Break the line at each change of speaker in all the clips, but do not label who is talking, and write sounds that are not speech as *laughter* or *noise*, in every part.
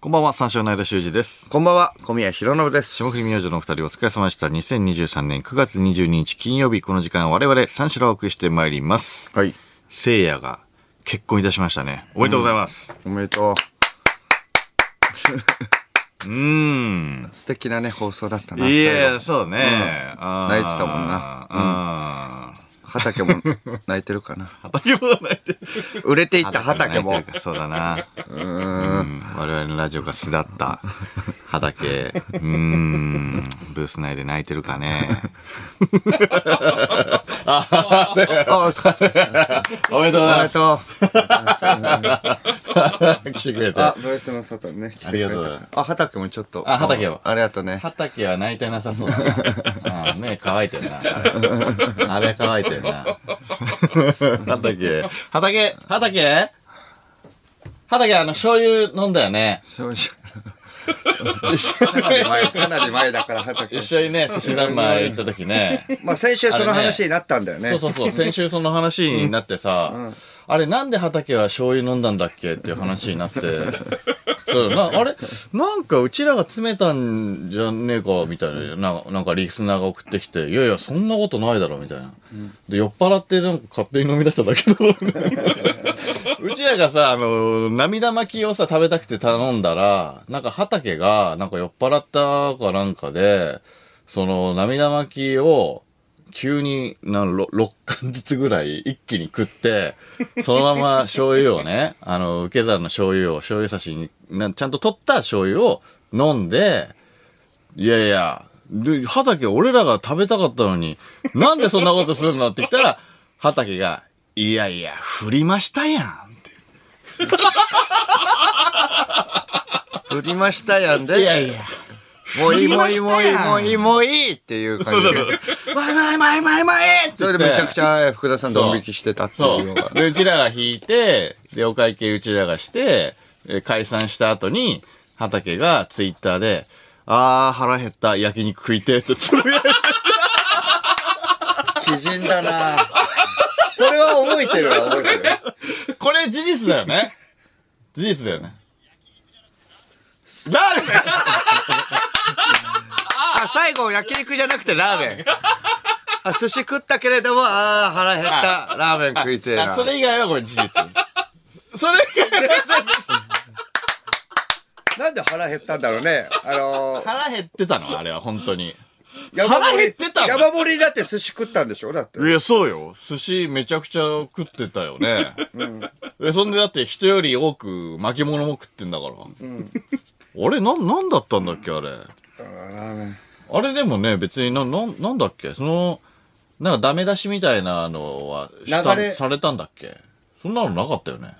こんばんは、三四郎の間修二です。
こんばんは、小宮弘信です。
霜降り明星のお二人お疲れ様でした。2023年9月22日金曜日、この時間我々三四郎をお送りしてまいります。
はい。
せいやが結婚いたしましたね。おめでとうございます。
おめでと
うーん。
う。素敵なね、放送だったな。
いや、そうね。あー
泣いてたもんな。
あー
最後。畑も泣いてるかな。
畑も泣いてる。
売れていった畑も。
泣いてるかそうだな。うん。我々のラジオが巣立った畑。うーん。ブース内で泣いてるかね。
ああ、そう
おめでとうご
おめでとう。
す。来てくれて。
あ、ブースの外にね、来てくれ
ありがとうござい
た
ま。
あ、畑もちょっと。
あ畑は
ありがとう *laughs* ね。
畑は泣いてなさそうだな。ああね乾いてんな。あれ乾いてんな。畑、畑、畑畑、あの、醤油飲んだよね。
そうし
一
かなり前、かなり前だから畑。
緒にね、寿司三昧行った時ね。
まあ先週そ
あれ
の
ね
話になったんだよね。
そうそう
*laughs*
そう、先週その話になってさ、あれなんで畑は醤油飲んだんだっけっていう話になって、そうな、あれなんかうちらが詰めたんじゃねえか、みたいな、ななんかリスナーが送ってきて、いやいや、そんなことないだろ、みたいな。で、酔っ払ってなんか勝手に飲み出しただけだろ、みたいなうちらがさ、あの、涙巻きをさ、食べたくて頼んだら、なんか畑が、なんか酔っ払ったかなんかで、その、涙巻きを、急になんろ 6, 貫ずつぐらい一気に食って、そのまま醤油をね、あの、受け皿の醤油を、醤油差しに、なちゃんと取った醤油を飲んで、いやいや、で、畑俺らが食べたかったのに、なんでそんなことするのって言ったら、畑が、いやいや、振りましたやんって。
振りましたやんで。
いやいや。
もういいもうい
振り
いも
ました
ういい
やん
もういいもういいっていう感じで。
前前前前前って
それでめちゃくちゃ福田さんドン引きしてたって
そ
いうの
う
が。。
で、うちらが引いて、で、お会計うちらがして、えー解散した後に、畑がツイッターで、あー、腹減った、焼肉食いてえってつぶやいて、
基人だなそれは覚えてるわ、覚えてる。
これ事実だよね。事実だよね。なんで
あ、最後、焼肉じゃなくてラーメン。あ、寿司食ったけれども、ああ、腹減った。ラーメン食いてえ
あ
な。
それ以外はこれ事実。それ以外は
なんで腹減ったんだろうね。あのー、
腹減ってたのあれは本当に。
山盛り
腹減ってたの
山盛りだって寿司食ったんでしょだって
い。や、そうよ。寿司めちゃくちゃ食ってたよね。えそんでだって人より多く巻き物も食ってんだから。あれ、なん、なんだったんだっけ、あれ。
ラーメン。
あれでもね、別にな、なん、なんだっけ、その、なんかダメ出しみたいなのはした、
流れ
されたんだっけそんなのなかったよね。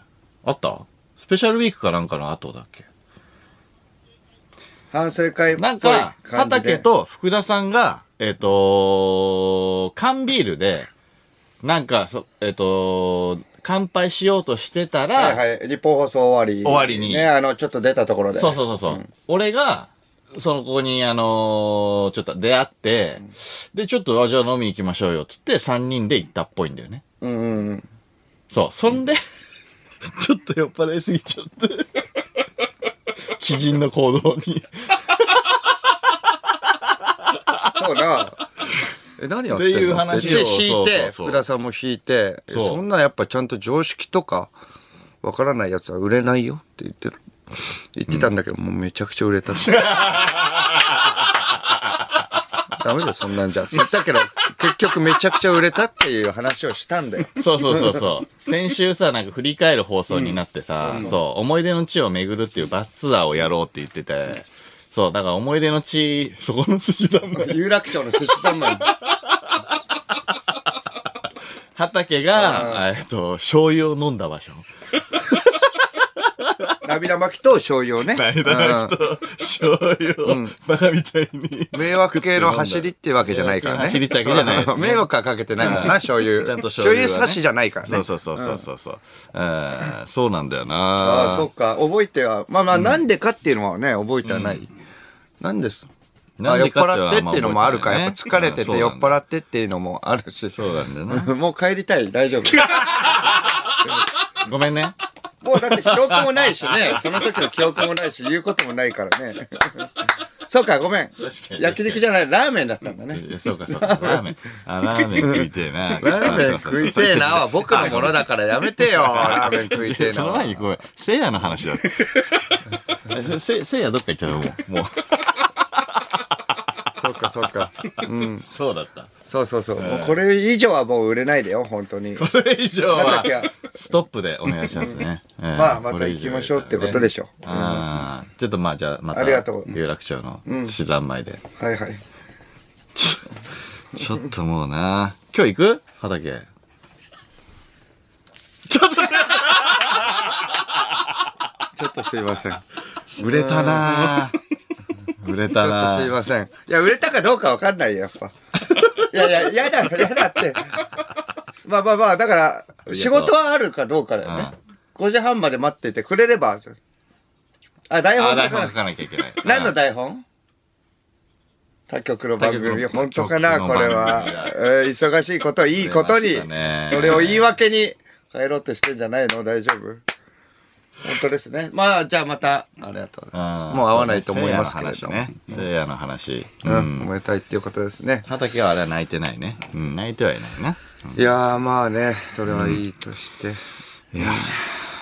あったスペシャルウィークかなんかの後だっけ
反省会っぽい感じで。
なんか、畑と福田さんが、えっ、と缶ビールで、なんか、そえっ、と乾杯しようとしてたら、
はいはい。日本放送終わり。
終わりに
ね、あの、ちょっと出たところで。
そうそうそうそう。俺が、そのここに、あのーちょっと出会って、で、ちょっと、あ、じゃあ飲み行きましょうよ、つって3人で行ったっぽいんだよね。
う。うんうんうん。
そう、そんで、 *laughs* ちょっと酔っ払いすぎちゃって、 *laughs* 鬼人の行動に。
そう
*laughs*
な。え、何やって
って
んの
いう話を
で引い
そうそ
て、
うそう
福田さんも引いて、え
そう
そんなやっぱちゃんと常識とか、わからないやつは売れないよって言って、言ってたんだけど、もうめちゃくちゃ売
*laughs*
れたって。ダメだよ、そんなんじゃ。って言ったけど、結局めちゃくちゃ売れたっていう話をしたんだよ。
そうそうそうそう。先週さ、なんか振り返る放送になってさ、そう思い出の地を巡るっていうバスツアーをやろうって言ってて、そう、だから思い出の地、そこの寿司三昧、
有楽町の寿司三昧。
畑が、えっと、醤油を飲んだ場所。
涙巻きと醤油
*laughs*
をね。
間
う
と醤油をバカみたいに、
ん迷惑系の走りっていうわけじゃないから
*laughs* 迷惑系の
ね。
走りってわけじゃないですね
迷惑はかけてないもんな、醤油。
ちゃんと醤油はね
醤油差しじゃないからね
そう。そうそうそうそうそう、えーそうなんだよな
ああ、そっか。覚えては、まあまあ、なんでかっていうのはね、覚えてはない。なんです。ま
な
あ、
ん
酔っ
でかっていうのは
払ってっていうのもあるから、
まあ
やっぱ疲れて
覚え
て
てな
酔
い
っ払ってっていうのもあるし。
そうなんだよな *laughs*
もう帰りたい、大丈夫。
ごめんね
もうだって記憶もないしね、その時の記憶もないし、言うこともないか
*laughs*
らね。そうか、ごめん
か。に
焼肉じゃない、ラーメンだったんだね。
いやそうかそう
*laughs*
か。ラーメン。あ、ラーメン食いてえな。ラ
ーメン食いてえなは僕のものだからやめてよ、ラーメン食いてえ
そ
な
の
は
前。にこれ、せいやの話だ
*laughs*
って。せせいやどっか行っちゃったもう。も
そうか、そうか。
う、そうだった。
そうそうそう。もうこれ以上はもう売れないでよ、本当に。
これ以上
なんだ
は
っけ、
ストップでお願いしますね。
まあ、また行きましょうってことで
し
しょ。
ょ。あーちょっとまあ、じゃあ、また、
ありがとう
有楽町の資産前で。
はいはい。
ちょっともうな。今日行く畑。
ちょっとすいません。ち
売れたな。売れた
ょっ
な。
とすいません。いや、売れたかどうかわかんないよ、やっぱ。いやいや、嫌だ、嫌だって。まあまあまあ、だから、
とう
仕事はあるかどうかだよね。5時半まで待っててくれれば。あ、台
あ、
本
台
だか
本
ら
書。かなきゃいけない。
何の台本他局の番組、
他局の
本当かな、
他局
こ
の
れ
番 *laughs*
は
組だ。
えー忙しいこと、いいことに
売れましたね、
それを言い訳に帰ろうとしてんじゃないの大丈夫本当ですね。まあ、じゃあまた、ありがとうございます。もう会わないと思いますけれども。
せいやの話。う。
うんん、おめでたいっていうことですね。
畑はあれは泣いてないね。うん、泣いてはいないな。
いやー、まあね、それはいいとして。
いや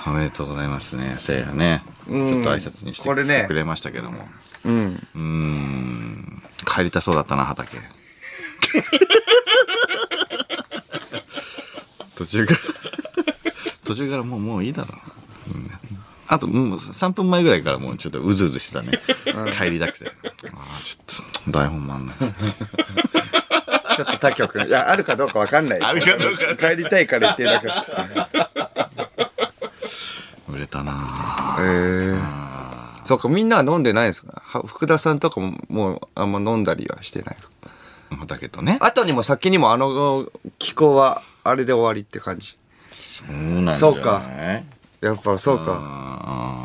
ーおめでとうございますね、せいやね。ち
うん
ょっと挨拶にし
これね
てくれましたけども。
うん。
うーん。帰りたそうだったな、
*laughs*
畑。途中から、途中からもう、もういいだろう。うんあと、もう3分前ぐらいからもうちょっとうずうずしてたね。帰りたくて。ああ、ちょっと、台本もあんない。
ちょっと他局。いや、あるかどうかわかんない。
*laughs* あるかどうか
帰りたいから言ってるだけ。え
売れたなぁ。
ー。そうか、みんなは飲んでないんですかは福田さんとかも、もう、あんま飲んだりはしてない。
畑とね。
後にも先にもあの気候はあれで終わりって感じ
そうなん
そう
じゃ
か
ない
やっぱそうか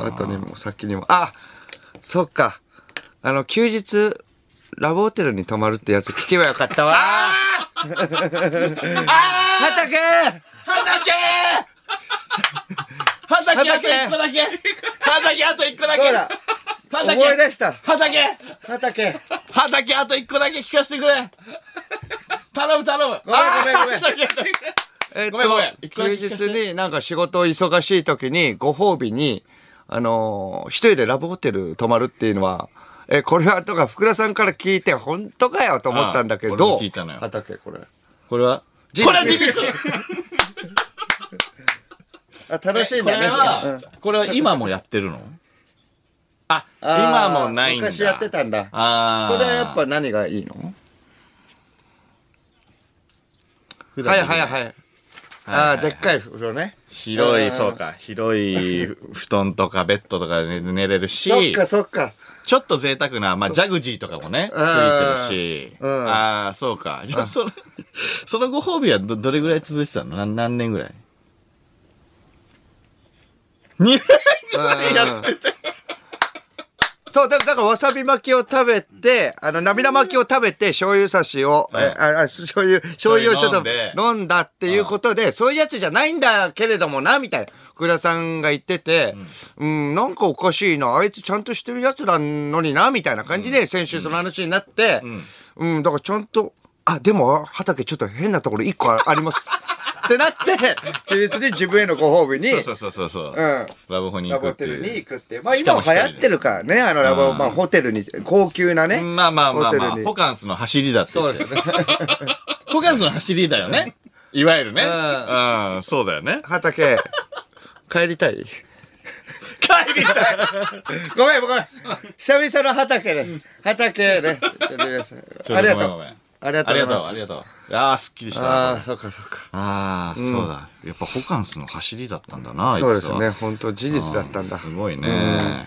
あ
後にも先にもあそっかあの休日ラブホテルに泊まるってやつ聞けばよかったわあ *laughs*
*laughs* 畑畑あと一
畑
個だけ畑あと一個だけ
そうだ
畑
思い出した
畑
畑
畑あと一個だけ聞かせてくれ頼む頼む
ごめんごめんごめ
あ
ん
ー畑畑
えっ
ごめんごめん
と休日になんか仕事忙しい時にご褒美にあのー一人でラブホテル泊まるっていうのはえこれはとか福田さんから聞いて本当かよと思ったんだけ
ああ俺
ど
も聞いたのよ
畑これ
これは
事実
これは事実
あ楽しいん
これ
だね
はこれは今もやってるのあ
あー
今もないんだ
昔やってたんだ
あ
そ
ー
れはやっぱ何がいいの
普段の
はいはいはいああでっかい風呂ね
広いそうか広い布団とかベッドとかで寝れるし
そっかそっか
ちょっと贅沢な、まあ、ジャグジーとかもね、つ
ん
いてるし。
うん
ああ、そうか。じゃあその、 *laughs* そのご褒美はど、どれぐらい続いてたの何何年ぐらい ?2 年ぐらいやってて。
そうだだからわさび巻きを食べてあの涙巻きを食べて醤油差しを、
はい
えああ醤油醤油をちょっ
醤
と
油飲んで
飲んだっていうことでそういうやつじゃないんだけれどもなみたいな福田さんが言ってて、うん、なんかおかしいなあいつちゃんとしてるやつなのになみたいな感じで先週その話になって、うんだからちゃんとあでも畑ちょっと変なところ1個ありますってな *laughs* って休日に自分へのご褒美に
そうそうそうそうそう。
ん
ラブホに
ラ
行く
ブホ
って
テルに
いう。
行くっていう。まあ
しか
今
も
も流行ってるからね、あのラブホ、まあホテルに、高級なね。
まあまあまあまあ
ホテ、ルに
ホカンスの走りだって言って。
そうです
ね。ホカンスの走りだよね。いわゆるね。
ん
うん、そうだよね。
*laughs* 畑、帰りたい
帰り *laughs* たい
ごめんごめん。久々の畑ね。畑ね。ちょっとごめんなさいありがと
ごめ
う
んごめん。
ありがとうございます。
ありがとう、ありがとう。ああ、すっきりした。
ああ、そうかそうか。
ああ、そうだ。やっぱホカンスの走りだったんだな、あいつ
そ
は
うですね。。本当事実だったんだ。
すごいね。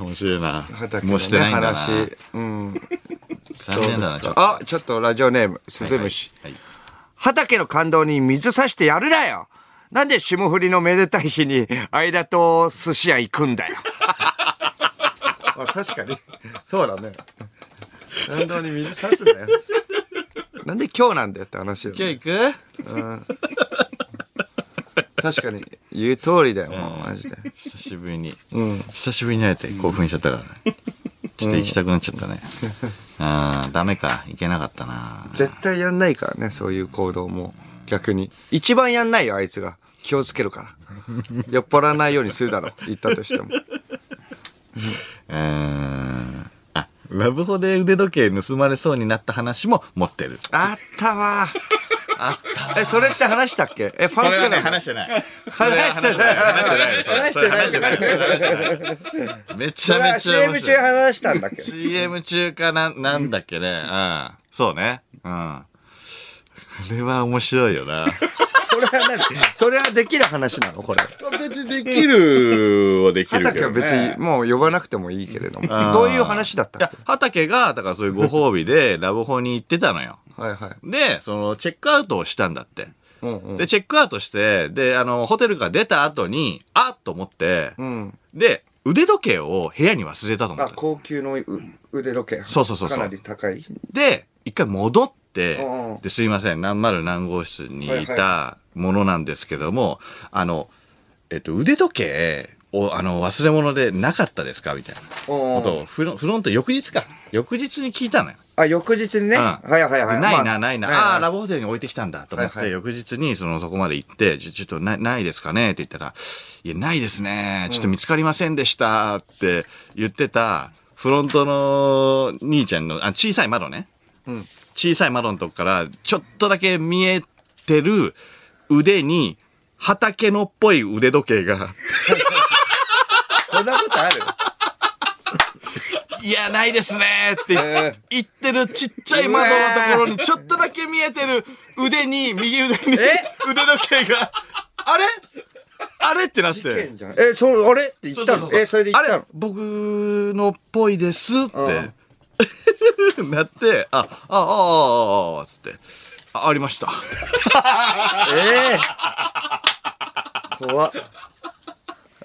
うん。面白いな。
畑のね
もうしてないんだな。
話。うん。
残念だな、ちょっと。
あ、ちょっとラジオネーム、鈴虫。
はい。
畑の感動に水さしてやるなよなんで霜降りのめでたい日に間と寿司屋行くんだ *laughs* よまあ確かにそうだね感動に水さすなよなんで今日なんだよって話だ
今
よ、
日行く
確かに言う通りだよ、もうマジで。
久しぶりに、久しぶりに会えて興奮しちゃったからね、ちょっと行きたくなっちゃった
*laughs*
ねうんダメか行けなかったな
絶対やんないからね、そういう行動も。逆に。一番やんないよ、あいつが。気をつけるから。酔っ払わないようにするだろう、言ったとしても。
うんあラブホで腕時計盗まれそうになった話も持ってる
あったわ。あったえ、それって話したっけえ、ファンクなの
してない
話してない。話してない。話してない。
めちゃ
それは
めちゃ面
CM 中
白い
話したんだっけ
CM 中かななんだっけねうんそうねうんあれは面白いよな
それは何それはできる話なのこれ。
別にできるはでき
畑は別にもう呼ばなくてもいいけれども。
ん
どういう話だっ
い
たっ
や
け
畑がだからそういうご褒美で *laughs* ラブホに行ってたのよ
はいはい。
でそのチェックアウトをしたんだって
うんうん。
でチェックアウトしてであのホテルから出た後にあっと思って、
うん。
で腕時計を部屋に忘れたと思っ
あ、
た
高級のう腕時計。
そうそうそうそう
かなり高い。
で一回戻って
うんうん
ですいません何丸何号室にい
はい
たものなんですけどもあのえっと腕時計をあの忘れ物でなかったですかみたいな
うん
ことをフロフロント翌日か翌日に聞いたのよ
あ、翌日にね。はい
うん
はいはい。
ない
ま
な、
あ
ないな。
はいはい
ああー、ラブホテルに置いてきたんだと思っ
はいは
て、
い
翌日に、その、そこまで行って、ちょ、ちょっとな、ないですかねって言ったら、いや、ないですね。ちょっと見つかりませんでしたって言ってた、フロントの兄ちゃんの、あ、小さい窓ね。小さい窓のとこから、ちょっとだけ見えてる腕に、畑のっぽい腕時計が、
そんなこと *laughs* ある
*laughs* いや、ないですねーって言ってるちっちゃい窓のところにちょっとだけ見えてる腕に、右腕 *laughs* に
え
腕時計が、あれあれってなって。
え、それ、あれって言
そう
ったのえ、それで言った
あれ
の
僕のっぽいですって、 *laughs* なって、あ、あ、あ、あ、あ、あ、つって、あありました。
ええ怖っ。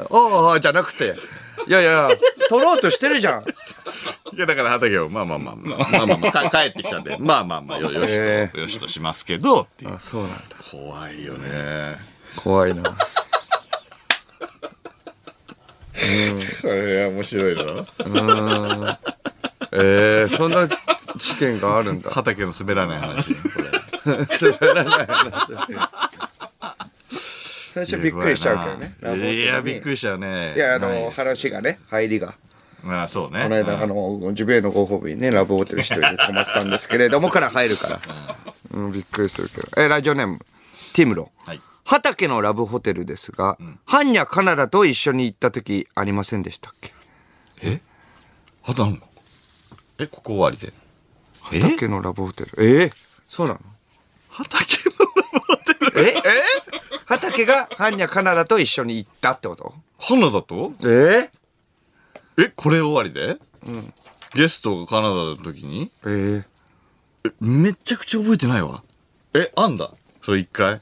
ああ、じゃなくて。いやいや、取ろうとしてるじゃん。
いや、だから畑を、まあまあまあ、まあまあまあまあ、か帰ってきたんで、まあまあまあ、よよし
え
と、よしとしますけど、っていう。
そうなんだ。
怖いよね。
怖いな。
これ面白いだろ
ええそんな事件があるんだ。
畑の滑らない話。これ
最初びっくりしちゃうけどね。ラブホテルに
いや、びっくりしちゃうね。
いや、あ
ない
の、
です
話がね、入りが。
まあ、そうね。
この間、あの、自分へのご褒美にね、ラブホテル一人で泊まったんですけれども、から入るから。うん、びっくりするけど。え、ラジオネーム、ティムロ。
はい。
畑のラブホテルですが、般若カナダと一緒に行った時ありませんでしたっけ
あとなんか。え、ここ終わりで。
畑のラブホテル。ええそうなの
畑のラブホテル。
ええ畑が般若カナダと一緒に行ったってこと
カナダと
え
え、これ終わりでゲストがカナダの時に
ええ
えめちゃくちゃ覚えてないわ。え、あんだそれ一回。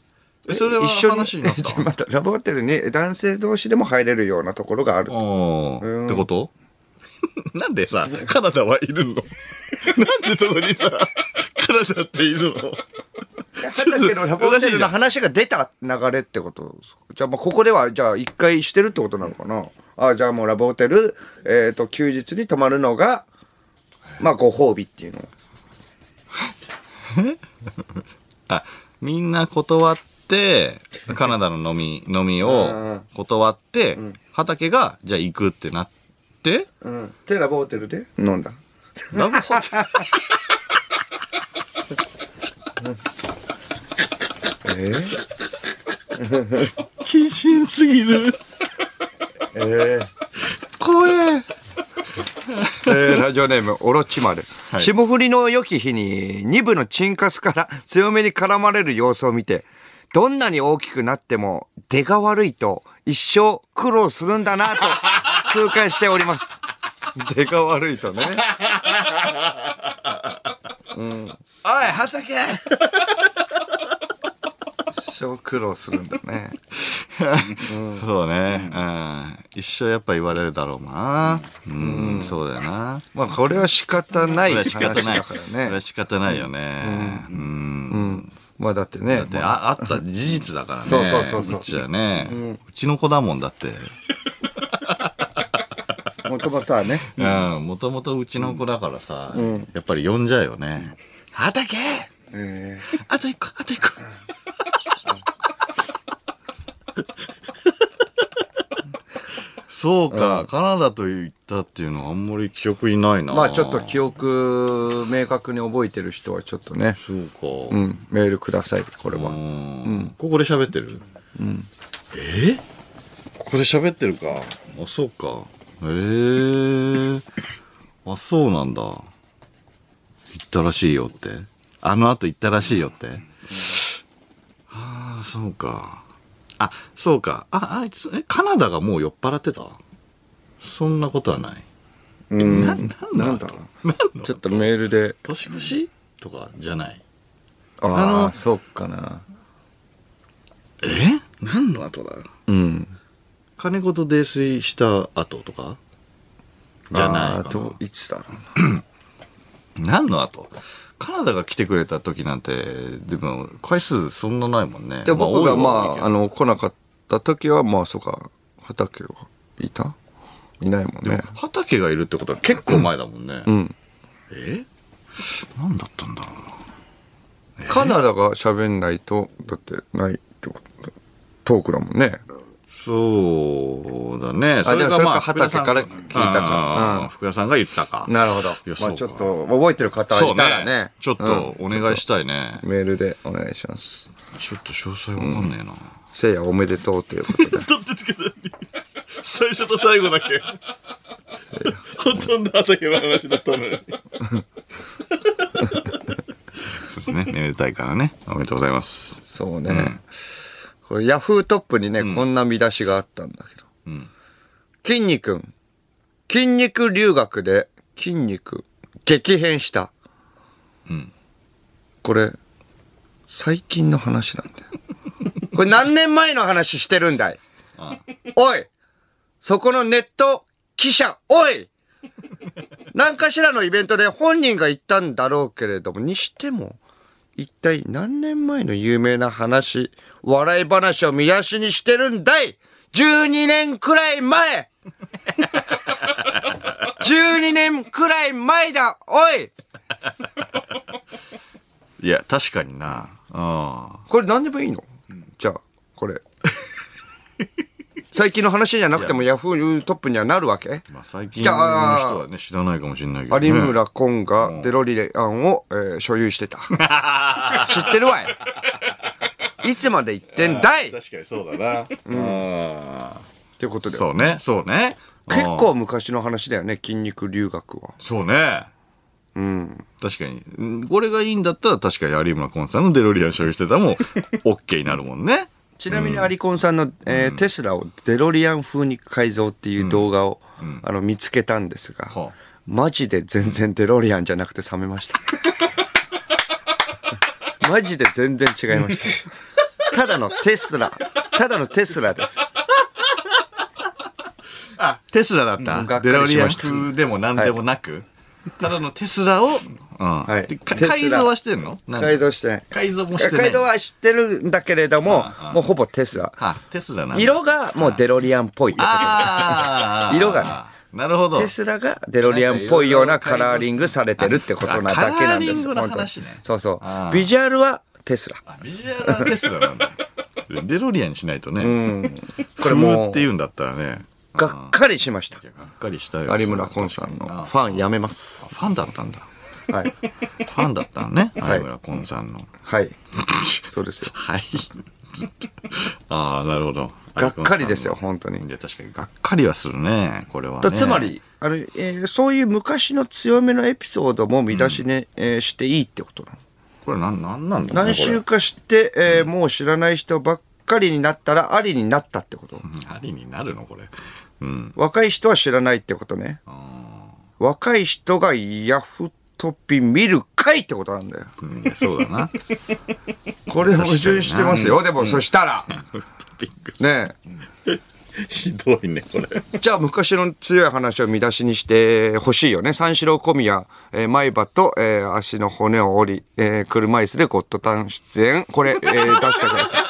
え、それは
一緒に
話になっ
ちょった *laughs* と待ってラブホテルに男性同士でも入れるようなところがあ *laughs* る
*laughs* あ。ーってこと *laughs* なんでさ、カナダはいるの *laughs* なんでそこにさ、カナダっているの
畑のラブホテルの話が出た流れってことですかじゃあまあここではじゃあ一回してるってことなのかなあじゃあもうラブホテル、えっと休日に泊まるのがまあご褒美っていうの
あ、みんな断って、カナダの飲み、飲みを断って、畑が、じゃあ行くってなって、
うんでラブホテルで飲んだ
ラブホテル。
え
謹慎すぎる。
ええ
怖え。
えーラジオネーム、オロチマル。
い
霜降りの良き日に、2部のチンカスから *laughs* 強めに絡まれる様子を見て、どんなに大きくなっても、出が悪いと、一生苦労するんだな
*laughs*
と、痛感しております。出が悪いとね。
おい、畑
一生苦労するんだね。
そうね、うん。一生やっぱ言われるだろうな。うん。うんそうだよな。
まあ、これは仕方ない
これは
話
仕方ない。
だ
こ
から
れは
ね。
仕方ないよね。うん。
うん。まあ、だってね。
で、あ、あった事実だからね。
そうそうそうそう
うちはね、うちの子だもんだって。
もともとはね。
うん、もともとうちの子だからさ、やっぱり呼んじゃうよね。畑
え
あと一個、あと一個。そうか、カナダと言ったっていうのはあんまり記憶にないな。
ーまあ、ちょっと記憶明確に覚えてる人はちょっとね。
そうか。
う
うん
ん。メールください、これは。
ここで喋ってるうん。えーここで喋ってるか。あ、そうか。へえー。あ、そうなんだ。行ったらしいよって。あの後行ったらしいよって。はあ、そうか。あ、そうか。あ、あいつ、え、カナダがもう酔っ払ってたそんなことはない。
うん。
な
な
んだ
だろう。ちょっとメールで。
年越しとかじゃない。
あ
あ
あ、そうかな。
え何の後だ
うん。
金子と泥酔した後とかじゃない
あ
か
ー
な
どういつだろうな。
何の後カナダが来てくれた時なんてでも回数そんなないもんね
で、僕がまあ、あ
の
の、来なかった時は、まあ、そうか、畑はいたいないもんね。
畑がいるってことは結構前だもんね、
うん。
え何だったんだろうな
カナダが喋んないと、だってないってことだトークだもんね。
そうだね
あでもそれか
福田さん
畑から聞いたか
あー
うん
福田さんが言ったか
なるほど。
いや
ま
そ
あ、
う
ち
か
ょっと、覚えてる方
そう
いたら
ね
ね。
ちょっとお願いしたいね、
メールでお願いします。
ちょっと詳細わかんねえな、
せいやおめでとうということで。
取ってつけたのに最初と最後だけほとんど畑の話だったのにそうですねめでたいからねおめでとうございます
そうね。これ、ヤフートップにね、こんな見出しがあったんだけど。
ん
筋肉、筋肉留学で筋肉激変した。これ、最近の話なん *laughs* だよ。これ何年前の話してるんだいおいそこのネット記者、お *laughs* い何かしらのイベントで本人が言ったんだろうけれども、にしても、一体何年前の有名な話、笑い話を見出しにしてるんだい !12 年くらい前 *laughs* !12 年くらい前だおい
いや確かになあ
これ何でもいいのじゃあ、これ。最近の話じゃなくてもヤフートップにはなるわけ
まあ最近の人はね知らないかもしれないけど、ね、
有村コンがデロリアンを、えー所有してた。知ってるわい。いつまで言ってんだいっ
確かにそうだな、うん、
てことで。
そうねそうね
結
うん
構昔の話だよね、筋肉留学は。
そうね。うん。確かに。うんこれがいいんだったら確かに有村コンさんのデロリアン所有してたらもう OK になるもんね。
ちなみにアリコンさんの、えーテスラをデロリアン風に改造っていう動画を、あの見つけたんですが、
はあ
マジで全然デロリアンじゃなくて冷めました。 *laughs* マジで全然違いました。 *laughs* ただのテスラ。ただのテスラです。
あ、テスラだっ
うん
た。
がっか
デ
り
ロリ
し
アン
ました
風でも何でもなく、ただのテスラを、うん
はい
でか
テスラ
改造はしてんのなんか
*laughs* 改造してない。
改造もしてない。
改造は知ってるんだけれども、もうほぼテスラ。
あ、テスラなんだ
色がもうデロリアンっぽいってこと
あー
*laughs* 色がね。
なるほど。
テスラがデロリアンっぽいようなカラーリングされてるってことなだけなんで
あカラーリン
す
グの話ね
本当にそうそ
あー
うビジュアルはテスラ
あビジュアルはテスラなんだ。デロリアンにしないとね。こ
こ
れ
れも
も
う
って言うんだったらね。
がっかりしました
いやがっかりしたよ。
有村昆さんの
あ
ファンやめます
ファンだったんだ。
はい
ファンだったのね。
はい
有村昆さんの。
はいそうですよ
はい。 *laughs* ああ、なるほど。
がっかりですよ本当に
いや、確かにがっかりはするね。これは、ね。
だつま。りあの、えーそういう昔の強めのエピソードも見出しに、えーしていいってことなの
これなん、なんなんだろうね
何週かして、えーもう知らない人ばっかりになったらありになったってこと
これありになるのこれ。うん。
若い人は知らないってことね若い人がヤフトピ見るかいってことなんだよ
うんいやそうだ
*laughs*
な。
これ矛盾してますよでもそしたら
トピックス
ねえ
ひどいね、これ。
じゃあ昔の強い話を見出しにしてほしいよね。三四郎小宮、えー、前歯と、えー足の骨を折り、えー車椅子でゴッドタン出演。こ *laughs* れ、えー出してください。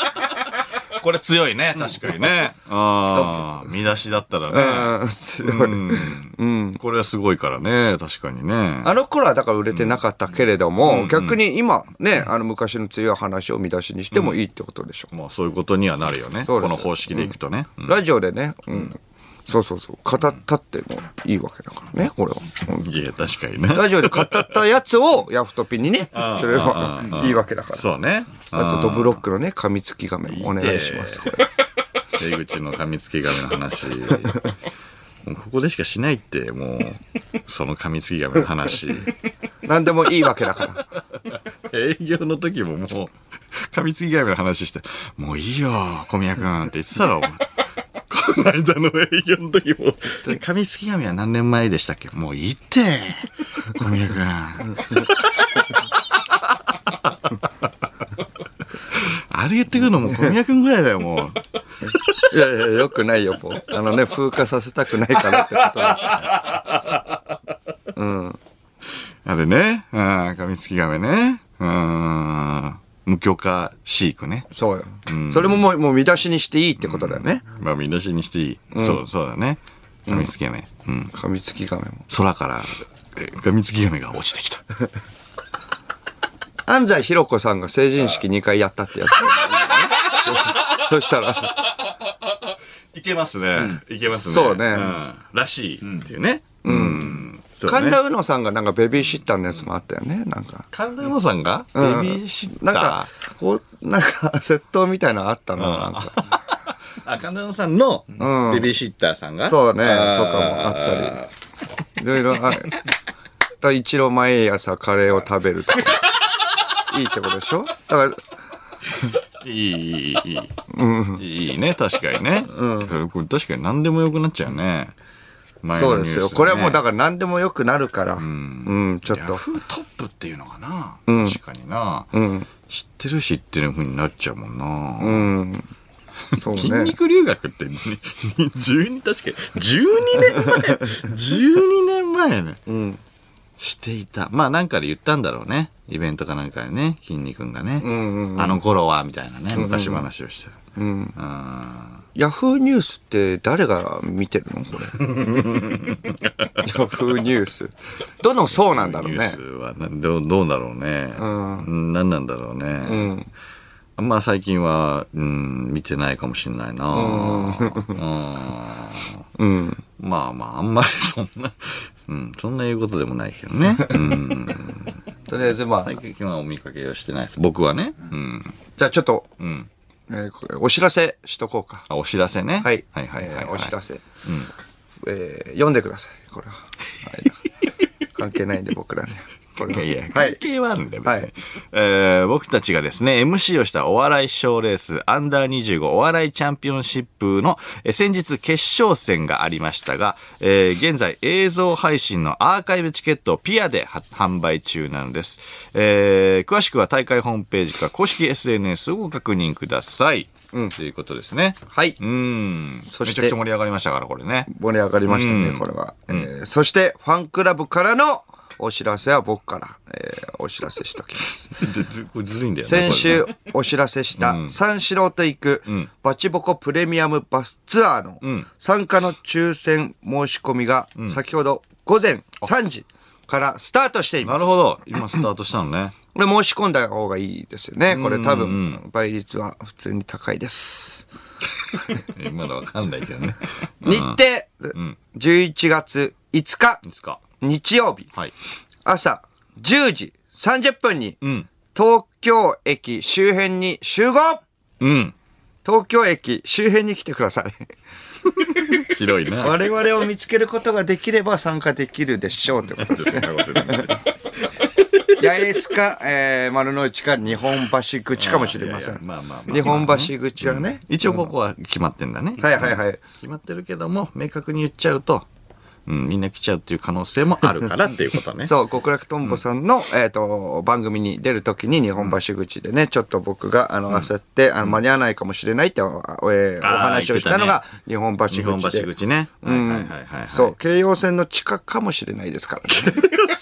これ強いね、確かにね。ああ、見出しだったらね。
うんすごい
これはすごいからね、確かにね。
あの頃はだから売れてなかったけれども、逆に今ね、あの昔の強い話を見出しにしてもいいってことでしょ。
まあそういうことにはなるよね。
そう
こ
で
の
す
方式でいくとね。うん
ラジオでね、うん、そうそうそう、語ったってもいいわけだからね、これは。うん
いや、確かにね。
ラジオで語ったやつをヤフトピにね、それは
うん
いいわけだから。
そうね。
あとドブロックのね、噛みつき画面お願いします。これ
出口の噛みつき亀の話。もうここでしかしないって、もう、その噛みつき亀の話。
何でもいいわけだから。
営業の時ももう、噛みつき亀の話して、もういいよ、小宮君って言ってたろ、お前。この間の営業の時も、噛みつき亀は何年前でしたっけもういいって、小宮君。あれ言ってくるのもう小宮君ぐらいだよ、もう。
*laughs* いやいや、よくないよ、もう。あのね、風化させたくないからってことは。
あれね。うん、噛みつき亀ね。うん、無許可飼育ね。
*laughs* そうよ。それももうもう見出しにしていいってことだよね。
まあ、見出しにしていい。そう、そうだね。噛みつき亀。うん。
噛みつき画面も。
空から、え噛みつき亀が落ちてきた。
安西ひろ子さんが成人式2回やったってやつ。 *laughs* そしたら、
*laughs* いけますね。いけますね。
そうね
んらしいっていうね。うん。そうね
神田うのさんがなんかベビーシッターのやつもあったよね、なんか。
神田うのさんがベビーシッタ
なん
ー
か。、こう、なんか、窃盗みたいなのあったな、なんか。
あ、神田うのさんの
ん
ベビーシッターさんが
そうね、とかも
あー
あったり。いろいろある。だ一郎毎朝カレーを食べ
*laughs*
るとか。いいってことでしょだから、
いい、いい、いい。いいね、確かにね。うん。これ確かに何でもよくなっちゃうね。前
そ
の
う
ニュ
で
ース
すよ。これはもうだ
か
から何でもよくなるから。うん、ちょっ
ヤ
と。
フートップっていうのがな、確かにな、知ってる知ってる風になっちゃうもんな。
うん。そう
筋
ね。
肉留学 *laughs* って、ね、12、確かに、12年前、12年前ね。していた。まあなんかで言ったんだろうね。イベントかなんかでね、筋肉がね、あの頃は、みたいなね、昔話をしてる。うん
ヤフーニュースって誰が見てるの
*laughs*
これ。ヤフーニュース。どの層なんだろう
ニュー
ね
ス。はなどうどうだろうね、うん、何なんだろうね、あんま最近は、うん、見てないかもしれないな、うんまあまああんまりそんな、 *laughs* うん、そんな言うことでもないけどね、うん、
とりあえずまあ、
最近はお見かけをしてないです僕はね、うん、
じゃあちょっと、
ん
えーこれお知らせしとこうか。
あお知らせね、
はい。
はいはいはいはい、
えーお知らせ。えー読んでください、これは。はい関係ないんで、僕らね。これは。
いやいや、
は
関
い。
係はあるんだよ、別に。
はい
えー僕たちがですね、MC をしたお笑い賞レース、アンダー25お笑いチャンピオンシップの、えー先日決勝戦がありましたが、えー現在映像配信のアーカイブチケットをピアでは販売中なのです。えー詳しくは大会ホームページか公式 SNS をご確認ください。ということですね。
はい。
うん。
そして
めちゃくちゃ盛り上がりましたから、これね。
盛り上がりましたね、これは。えーそして、ファンクラブからのお知らせは僕から、えーお知らせしときます。
*laughs* ずずこれずるいんだよね。
先週
こ
お知らせした三四郎と行くバチボコプレミアムバスツアーの参加の抽選申し込みが先ほど午前3時からスタートしてい
れね。な
ま
る。
す
ほど。今スタートしたのね。
これ申し込んだ方がいいですよね。これ多分倍率は普通に高いです。
えまだわかんないけどね。
日程、11月5日
いつか。
日曜日
はい。
朝10時30分に、東京駅周辺に集合
うん。
東京駅周辺に来てください。
広いな。
我々を見つけることができれば参加できるでしょうっ
*laughs*
てことですね。八重洲か、えー丸の内か日本橋口かもしれませ
いや
ん
いやまあまあま。あ
日本橋口はね、
一応ここは決まってんだね。
はいはいはい。
決まってるけども、明確に言っちゃうと、うん、みんな来ちゃうっていう可能性もあるからっていうことね。
そう、極楽とんぼさんの、えっ、と、番組に出るときに日本橋口でね、ちょっと僕が、あの、あさって、あの、間に合わないかもしれないってお、おえーお
あー
話をしたのが、日本橋口
日
で。
本橋口ね。は
う
い
ん
はいはいはいはい。
そう、京葉線の地下かもしれないですからね。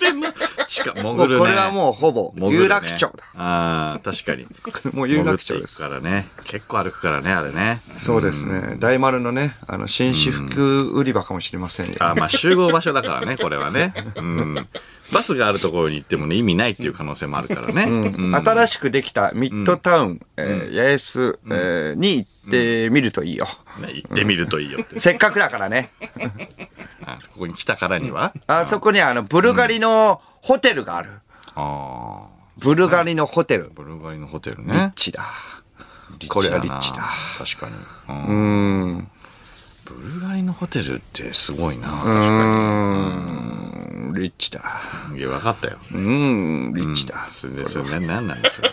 しかも
も
潜る
う
ね。
これはもうほぼ、
潜るね
有楽町だ。
ああ、確かに。
も *laughs* う有楽町です
潜っていくからね。結構歩くからね、あれね。
そうですね。大丸のね、あの、紳士服売り場かもしれませんよ。
あーまあ集合場所だから *laughs* ね、これはね。うん。バスがあるところに行ってもね、意味ないっていう可能性もあるからね。うん
新しくできたミッドタウン、えー八重洲、えーに行ってみるといいよ。
ね行ってみるといいよって。
せっかくだか
*laughs*
らね。
あここに来たからには。
あそこにあの、ブルガリのホテルがある。
ああ。
ブルガリのホテル。
ブルガリのホテルね。
チだ。
リッチだな
これはリッチだ。
確かに。
うーん。う
ブルガリのホテルってすごいな。確
ーん。リッチだ。
かに。いや、分かったよ。
うーん、リッチだ。
それで、それな、なんなんですよ。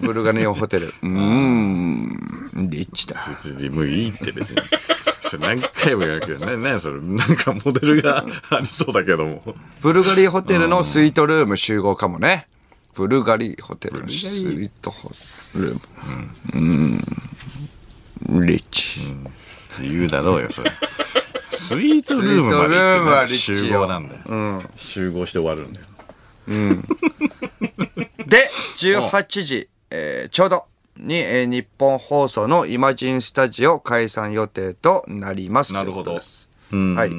ブルガリのホテ
*laughs*
ル。うーん。リッチだ。
別にもういいって別に。 *laughs* それ何回も言わなくて、な、なにそれ、なんかモデルがありそうだけども。
ブルガリホテルのスイートルーム集合かもね。ブルガリホテルのスイートホルーム。うーん。リッチ。
言うだろうよ、それ。 *laughs* スイートルームまで行って
スイートルームは立地よ
集合なんだよ、集合して終わるんだよ。
で、18時、えーちょうどに、えー日本放送のイマジンスタジオ解散予定となります。
なるほど
ということです
うん。
はい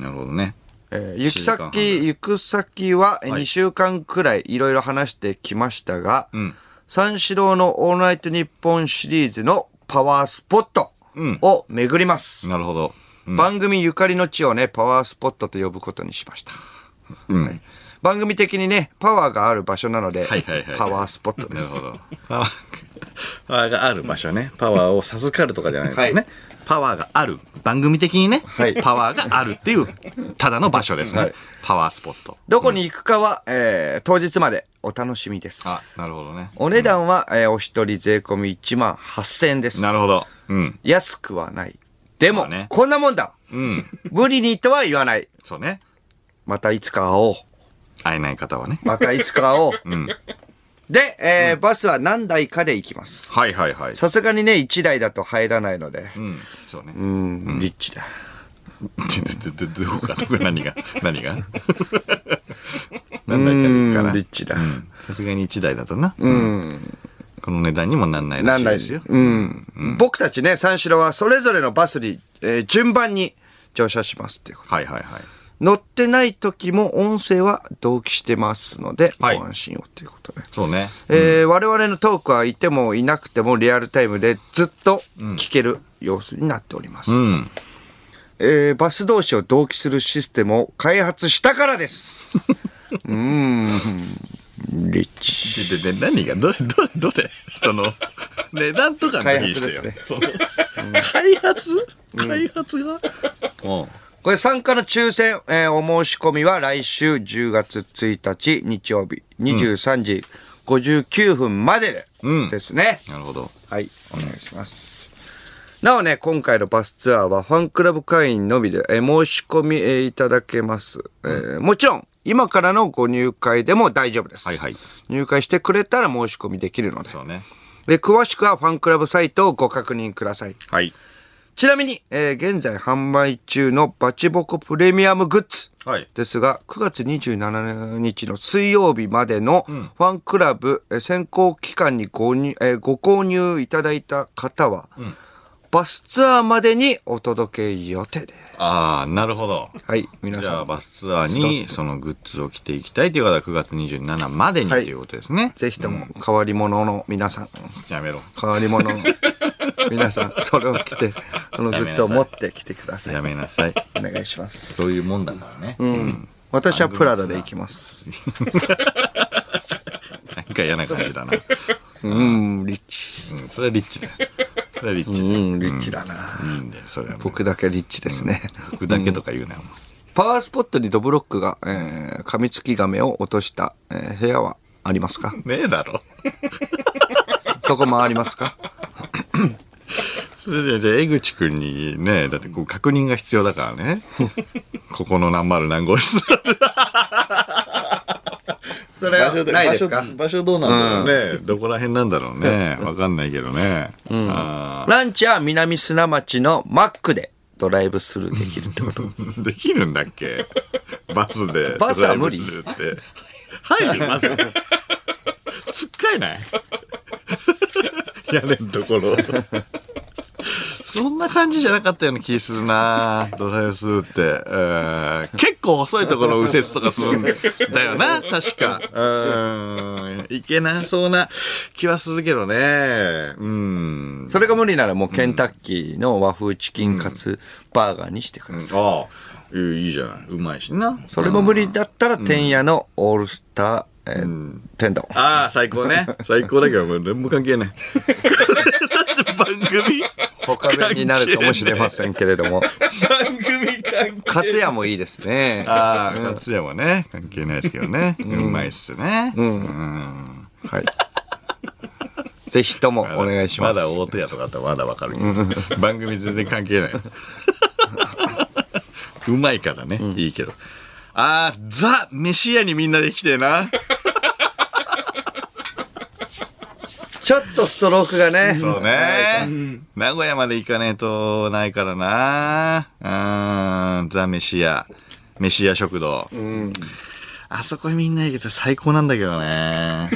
なるほどね。
えー行き先、
一
行く先はえー
はい
2週間くらいいろいろ話してきましたが、
ん
三四郎のオールナイトニッポンシリーズのパワースポットを巡ります。
なるほど。うん
番組ゆかりの地をね、パワースポットと呼ぶことにしました。
うん
番組的にね、パワーがある場所なので、
はいはいはい
パワースポットで
なる
す。
ほ
*laughs*
ど。パワーパワーがある場所ね。パワーを授かるとかじゃないですよね。
はい
パワーがある。番組的にね、
はい
パワーがあるっていう、ただの場所ですね。
はい
パワースポット。
どこに行くかは、えー当日までお楽しみで
あ、
す。
なるほどね。
お値段は、えーお一人税込み1万8000円です。
なるほど。うん。
安くはない。でも、
まあね
こんなもんだ、
うん。
無理にとは言わない。
そうね。
またいつか会おう。
会えない方はね。
またいつか
*laughs*
会おう。で、えーバスは何台かで行きます。
はいはいはい。
さすがにね、1台だと入らないので。
うん。そうね。
うん、リッチだ。
で、で、で、どこが、どこが何が、何がなんだか
う
ら
んリッチだ。
うんさすがに1台だとな。この値段にもなんないらし
なん
い
ない
で
ですす
よ
よ。。うん。僕たちね、三四郎はそれぞれのバスに、えー順番に乗車しますっていうこと。
はいはいはい。
乗ってない時も音声は同期してますので、
はい
ご安心をということで。
そうね。
えー我々のトークはいてもいなくてもリアルタイムでずっと聞ける様子になっております。
ん
えーバス同士を同期するシステムを開発したから
*laughs*
です。うーん、リッチ。
で、で、で、何が、どれ、どれ、どれ、そ *laughs* の、値段とかの時にしてよ
開発で
その開発開発がうん。
これ参加の抽選、えーお申し込みは来週10月1日日曜日23時59分まで
うん
ですね。
なるほど。
はい、お願いします。なおね、今回のバスツアーはファンクラブ会員のみで、えー申し込み、えーいただけます、えーもちろん、今からのご入会でも大丈夫です。
はいはい
入会してくれたら申し込みできるので。
そうね。
で詳しくはファンクラブサイトをご確認ください。
はい。
ちなみに、えー現在販売中のバチボコプレミアムグッズ。
はい
ですが、9月27日の水曜日までのファンクラブ、えー選考期間にご入えーご購入いただいた方は、バスツアーまでにお届け予定です。
ああ、なるほど。
はい、皆
じ
さ
ゃあ、
ん、
バスツアーに、そのグッズを着ていきたいという方は9月27までにと
はい
いうことですね。
ぜひとも変わり者の皆さん、
やめろ。
変わり者
*laughs*
の皆さん、それを着て、あのグッズを持ってきてください。
やめなさい。
お願いします。
*laughs* そういうもんだからね。うん。
私はプラダで行きます。
なんか嫌な感じだな。
うん、リッチ。
うん、それはリッチだよ。それはリッチ
う
だよ。
ん、リッチだな。
いいんだよ、それはもう。
僕だけリッチですね。
僕だけとか言うなよ。
パワースポットにドブロックが、えー、カミツキガメを落とした、えー部屋はありますか
ねえだろ。
そこもありますか
それで、じゃあ江口くんにね、だってこう確認が必要だから
*laughs*
ね。ここの何丸何号室
*laughs* それはないですか
*laughs* 場所場所どうなんだろうね。どこら辺なんだろうね。わかんないけどね。あ
ランチは南砂町のマックでドライブスルーできるってこと。
ー *laughs* できるんだっけバスで。
バスは無理
ドライブするって。入るまず。つっかえない *laughs* 屋根のところ。そんな感じじゃなかったような気するなドライブスルーって。えー結構細いところを右折とかするんだよな、確か。うーん。いけなそうな気はするけどね。うん。
それが無理ならもうケンタッキーの和風チキンカツバーガーにしてください。
ああ、いいいいじゃない。うまいしな。
それも無理だったら、天野のオールスター、えー天丼。
ああ、最高ね。最高だけど、もう何も関係ない。だって *laughs* 番組
他弁になるかもしれませんけれども。 *laughs*
番組関
カツ屋もいいですね。
ああ、勝也はね、関係ないですけどね。うまいっすね。
*laughs* はい。ぜひともお願いします。
まだ大手屋とかだったらまだわかるけど。番組全然関係ない。 *laughs* うまいからね、いいけど。ああ、ザ・飯屋にみんなで来てえな。
ちょっとストロークがね。
そうね。名古屋まで行かねえとないからな。うん、ザ・飯屋、飯屋食堂。あそこみんな行けて最高なんだけど
*laughs*
ね。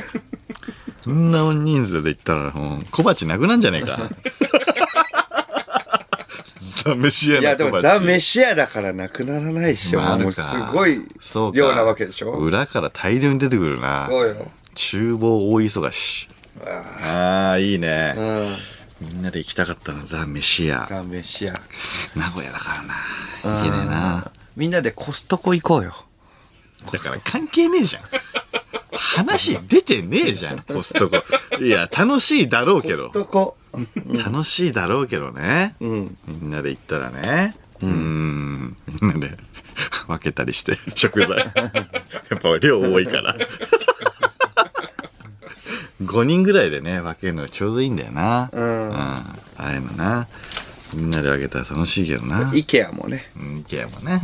こんな大人数で行ったらもう小鉢なくなんじゃねえ
*laughs*
か。ザ・飯屋
いや、で
の小
も
鉢。
ザ・メシアだからなくならないでしょ。
まあある
も
か
うすごい
そうか
量なわけでしょ。
裏から大量に出てくるな。
そうよ。
厨房大忙し。ああ、いいね。みんなで行きたかったな、ザ・飯屋。
ザ・メシア。
名古屋だからな。いけねえな。
みんなでコストコ行こうよ。
だから関係ねえじゃん。話出てねえじゃん、コストコ。いや、楽しいだろうけ
コス
ど。
トコ。
楽しいだろうけどね。みんなで行ったらね。うん。みんなで *laughs* 分けたりして、食 *laughs* 材。やっぱ量多いから。5人ぐらいでね、分けるのちょうどいいんだよな。うん。ああいうのな。みんなで分けたら楽しいけどな。
イケアも *laughs* ね。
うん、IKEA もね。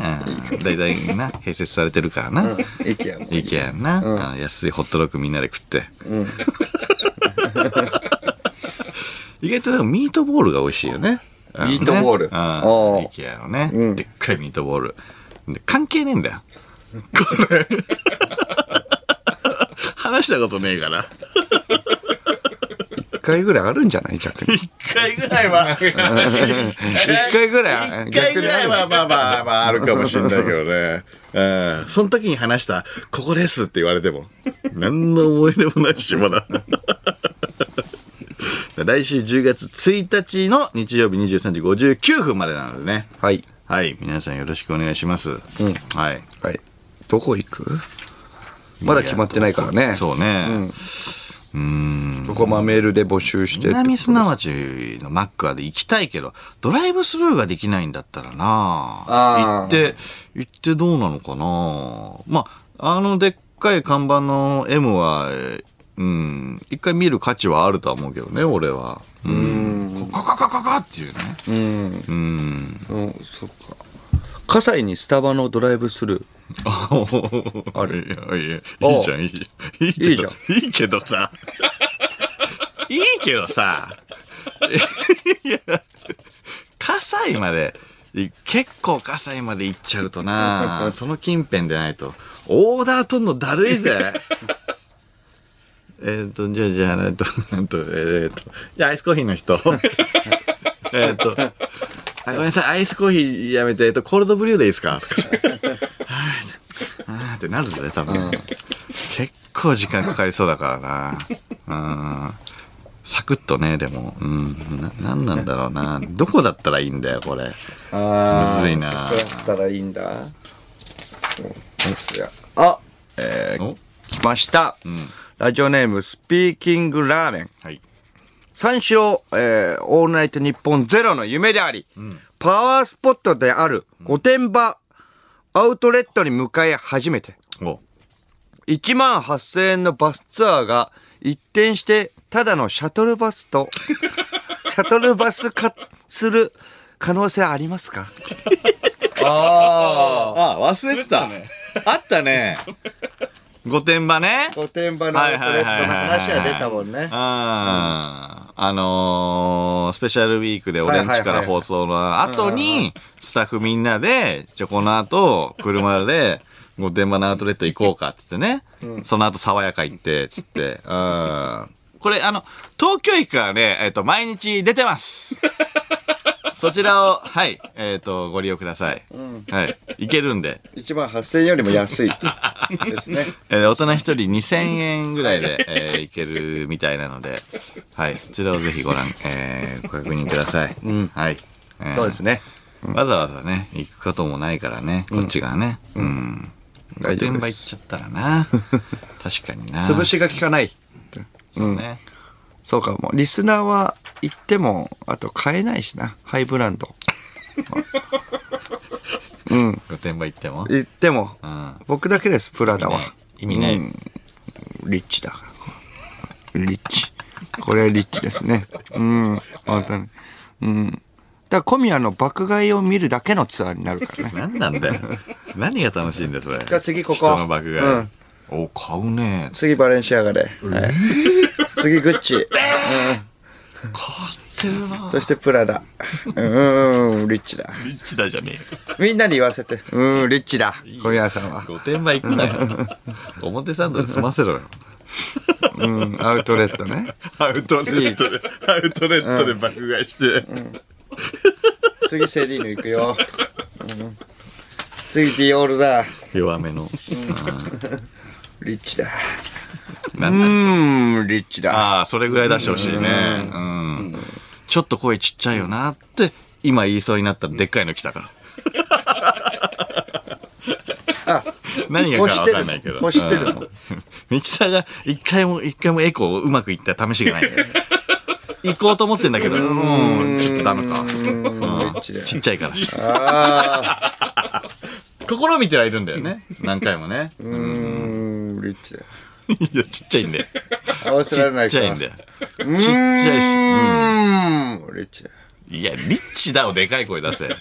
うん大体
*laughs*
な、併設されてるからな。
イケアも。
いけやんな、あの安いホットドッグみんなで食って、 *laughs* 意外とでもミートボールが美味しいよね
ミートボールおー
いけやのね、でっかいミートボールで関係ねえんだよこれ *laughs* 話したことねえから
一回ぐらいあるんじゃない逆に。
一回ぐらいは
一回ぐらい。
一回ぐらいは
逆
まあまあまああるかもしれないけどね。うん。その時に話した、ここですって言われても、何の思い出もないし、まだ。 *laughs* 来週10月1日の日曜日23時59分までなのでね。
に。はい。
はい。皆さんよろしくお願いします。はい。
はい。どこ行くまだ決まってないからね。
そうね。
そこまメールで募集してって。
南砂町のマックはで行きたいけど、ドライブスルーができないんだったらな
あー
行って、行ってどうなのかなまあ、あのでっかい看板の M は、えーうん、一回見る価値はあるとは思うけどね、俺は。うん。カカカカカっていうね。
うん、そっか。葛西にスタバのドライブスルー。
*laughs* あれいやいやいいじゃん、いいじゃん。いい
い
け
いじ
ど
ゃ、
いいけどさ。いいけどさ。いや、葛西まで、い結構葛西まで行っちゃうと *laughs* な、その近辺でないと、オーダーとんのだるいぜ。 *laughs* えっと、じゃあ、じゃあ、えっと、なんと、えっ、と、じゃあ、アイスコーヒーの *laughs* 人。えっと、あごめんなさい、アイスコーヒーやめて、えっと、コールドブリューでいいですか *laughs* とかあーってなるぜ、多分。結構時間かかりそうだからな。うん。サクッとね、でも。うん。な、なんなんだろうな。どこだったらいいんだよ、これ。む
あ
ずいな
どう。やったらいいんだ、うんいやあ、えー
お
来ました、ラジオネーム、スピーキングラーメン。
はい。
三四郎、えーオールナイト日本ゼロの夢であり、パワースポットである御殿場アウトレットに向かい始めて、
お。
1万8000円のバスツアーが一転して、ただのシャトルバスと、シャトルバス化する可能性ありますか
ああ、忘れてた。
ね
あったね。御殿場ね。
御殿場の
はいはいはいはいはい
もんね
あーあのースペシャルウィークで俺んちから放送の後に、スタッフみんなで、じゃあこの後、車で、御殿場のアウトレット行こうかっつってね。その後、爽やか行って、つって。うん。これ、あの、東京駅からね、えっ、と、毎日出て
*laughs*
ます。そちらを、はい、えっ、と、ご利用ください。はい。行けるんで。
1万8000円よりも安いですね
えー大人一人2000円ぐらいで、えーいけるみたいなので、はい、そちらをぜひご覧、えーご確認ください。はい。えー
*laughs* そうですね
わざわざね、行くこともないからね、こっちがね。うん。
大丈夫
現場
で
行っ
す
ちゃったらな。確かにな。
潰しが効かない
そうね。
そうかもうリスナーは行ってもあと買えないしなハイブランド
御殿場行っても。
行っても
うん。
僕だけですプラダは
ね意味ない。
うんリッチだからリッチこれはリッチですねうん本当にうんだから小宮の爆買いを見るだけのツアーになるからね
何なんだよ。何が楽しいんだよ、それ。
じゃあ次ここ
人の爆買い。
うん
お、買うね。
次バレンシアガで、はい次グッチ、
買ってるな。
そしてプラダうんリッチだ
リッチだじゃねえ。
みんなに言わせてうんリッチだ小宮さんは
御殿場行くな
*laughs*
よ。表参道で済ませろよ。
うんアウトレットね
アウトレットで、アウトレットで爆買いして。
次セリーヌ行くよ、うん次ディオールだ
弱めの。
リッチだ
な
うん
だ
ーんリッチだ
ああ、それぐらい出してほしいね。うん。ちょっと声ちっちゃいよなって、今言いそうになったらでっかいの来
*laughs*
たから。何がかわかんないけど。
欲してるの
うんミキサーが一回も、一回もエコーうまくいった試しがないんだよね。行こうと思ってんだけど、うん、ちょっとダメか。うん
チだよ
ちっちゃいから。
あ
*laughs* 試みてはいるんだよね。何回もね。
ーうーんリッチだ
*laughs* いや、ちっちゃいんだよ。
合わせられないか
ちっちゃいんだよ。
うーん
ちっちゃ
リッチ
いし。
だ
いや、リッチだをでかい声出せ。う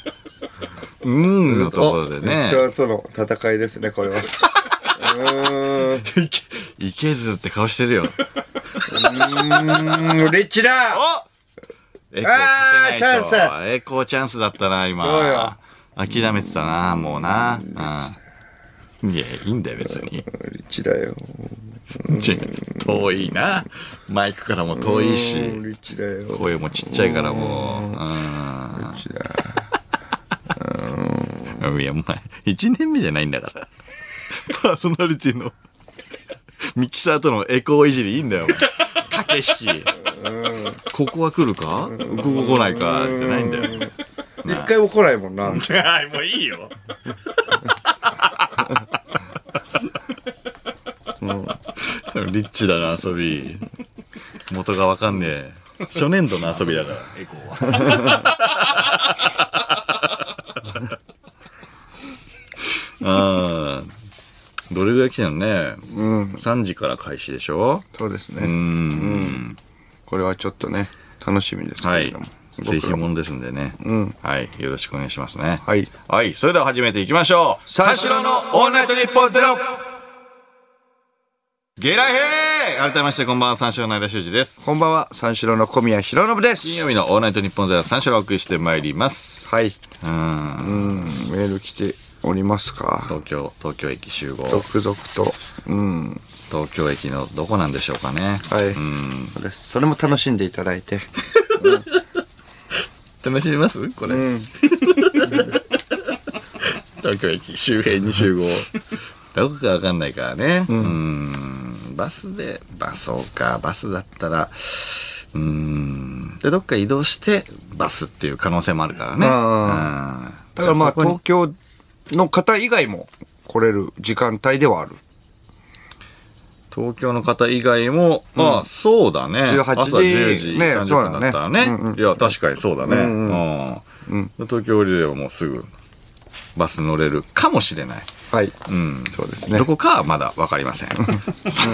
ーんのところでね。
人との戦いですねこれはうーんう
いけいけずって顔してるよ。
ーんリッチだ
おエコー
あ
か
ー
けないと
チャ
エコーチャンスだったな、今。
そうよ
諦めてたな、もうな。うん。いや、いいんだよ、別に。
リッチだよ
ち *laughs* 遠いな。マイクからも遠いし
う、ーんリッチだよリ
声もちっちゃいからもう。うん。
ッチだ
いや、お前、1年目じゃないんだ *laughs* から。パーソナリティのミキサーとのエコーいじりいいんだよ、お前駆け引き。ここは来るかここ来ないかじゃないんだよ。
一回も来ないもんな
はい、もういいよ。リッチだな、遊び。元がわかんねえ。初年度の遊びだから。
エコーは。
*laughs* あーどれぐらい来てんのね。3時から開始でしょ
そうですね、
うん。
これはちょっとね楽しみですけ
は
れ
い
ども、。
ぜひもんですんでね。はい。よろしくお願いしますね。
はい。
はい。それでは始めていきましょう。
三四郎のオールナイトニッポンゼロ
ゲラヘー改めましてこんばんは、三四郎の間修二です。
こんばんは三四郎の小宮浩信です
金曜日のオールナイトニッポンゼロ三四郎をお送りしてまいります。
はい
うん。
メール来ておりますか
東京、東京駅集合。
続々とうん
東京駅のどこなんでしょうかね。
はい、
うん。
そうですそれも楽しんでいただい *laughs* て
楽しみますこれ、 *laughs* 東京駅周辺に
*laughs*
集合どこかわかんないからねうんんバスでバスそうかバスだったらうんでどっか移動してバスっていう可能性もあるからね
あ
うん
だからまあ
そこに
東京の方以外も来れる時間帯ではある
東京の方以外も、まあそうだね。
18時
朝10時
ね
30
そう
分
だ
だ
ね
ったらね。いや、確かにそうだね。うん東京降りればもうすぐバス乗れるかもしれない。
はい。うん。そうですね
ど。こかはまだ分かりません。さ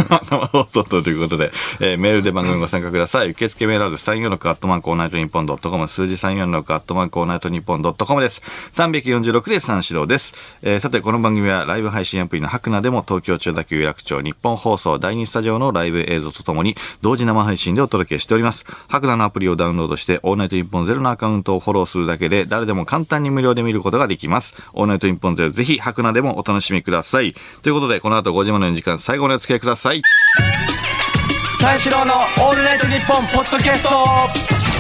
あ生放送ということで、えーメールで番組ご参加ください。受付メールアドレス346アットマークオールナイトニッポンドットコム、数字346アットマークオールナイトニッポンドットコムです。346で三四郎です。えーさて、この番組はライブ配信アプリのハクナでも東京中田区有楽町日本放送第2スタジオのライブ映像とともに同時生配信でお届けしております。ハクナのアプリをダウンロードして、オールナイトニッポンゼロのアカウントをフォローするだけで誰でも簡単に無料で見ることができます。オールナイトニッポンゼロぜひハクナでもお楽しみください。ということで、この後5時までの時間最後までお付き合いください。
三四郎のオールナイトニッポンポッドキャスト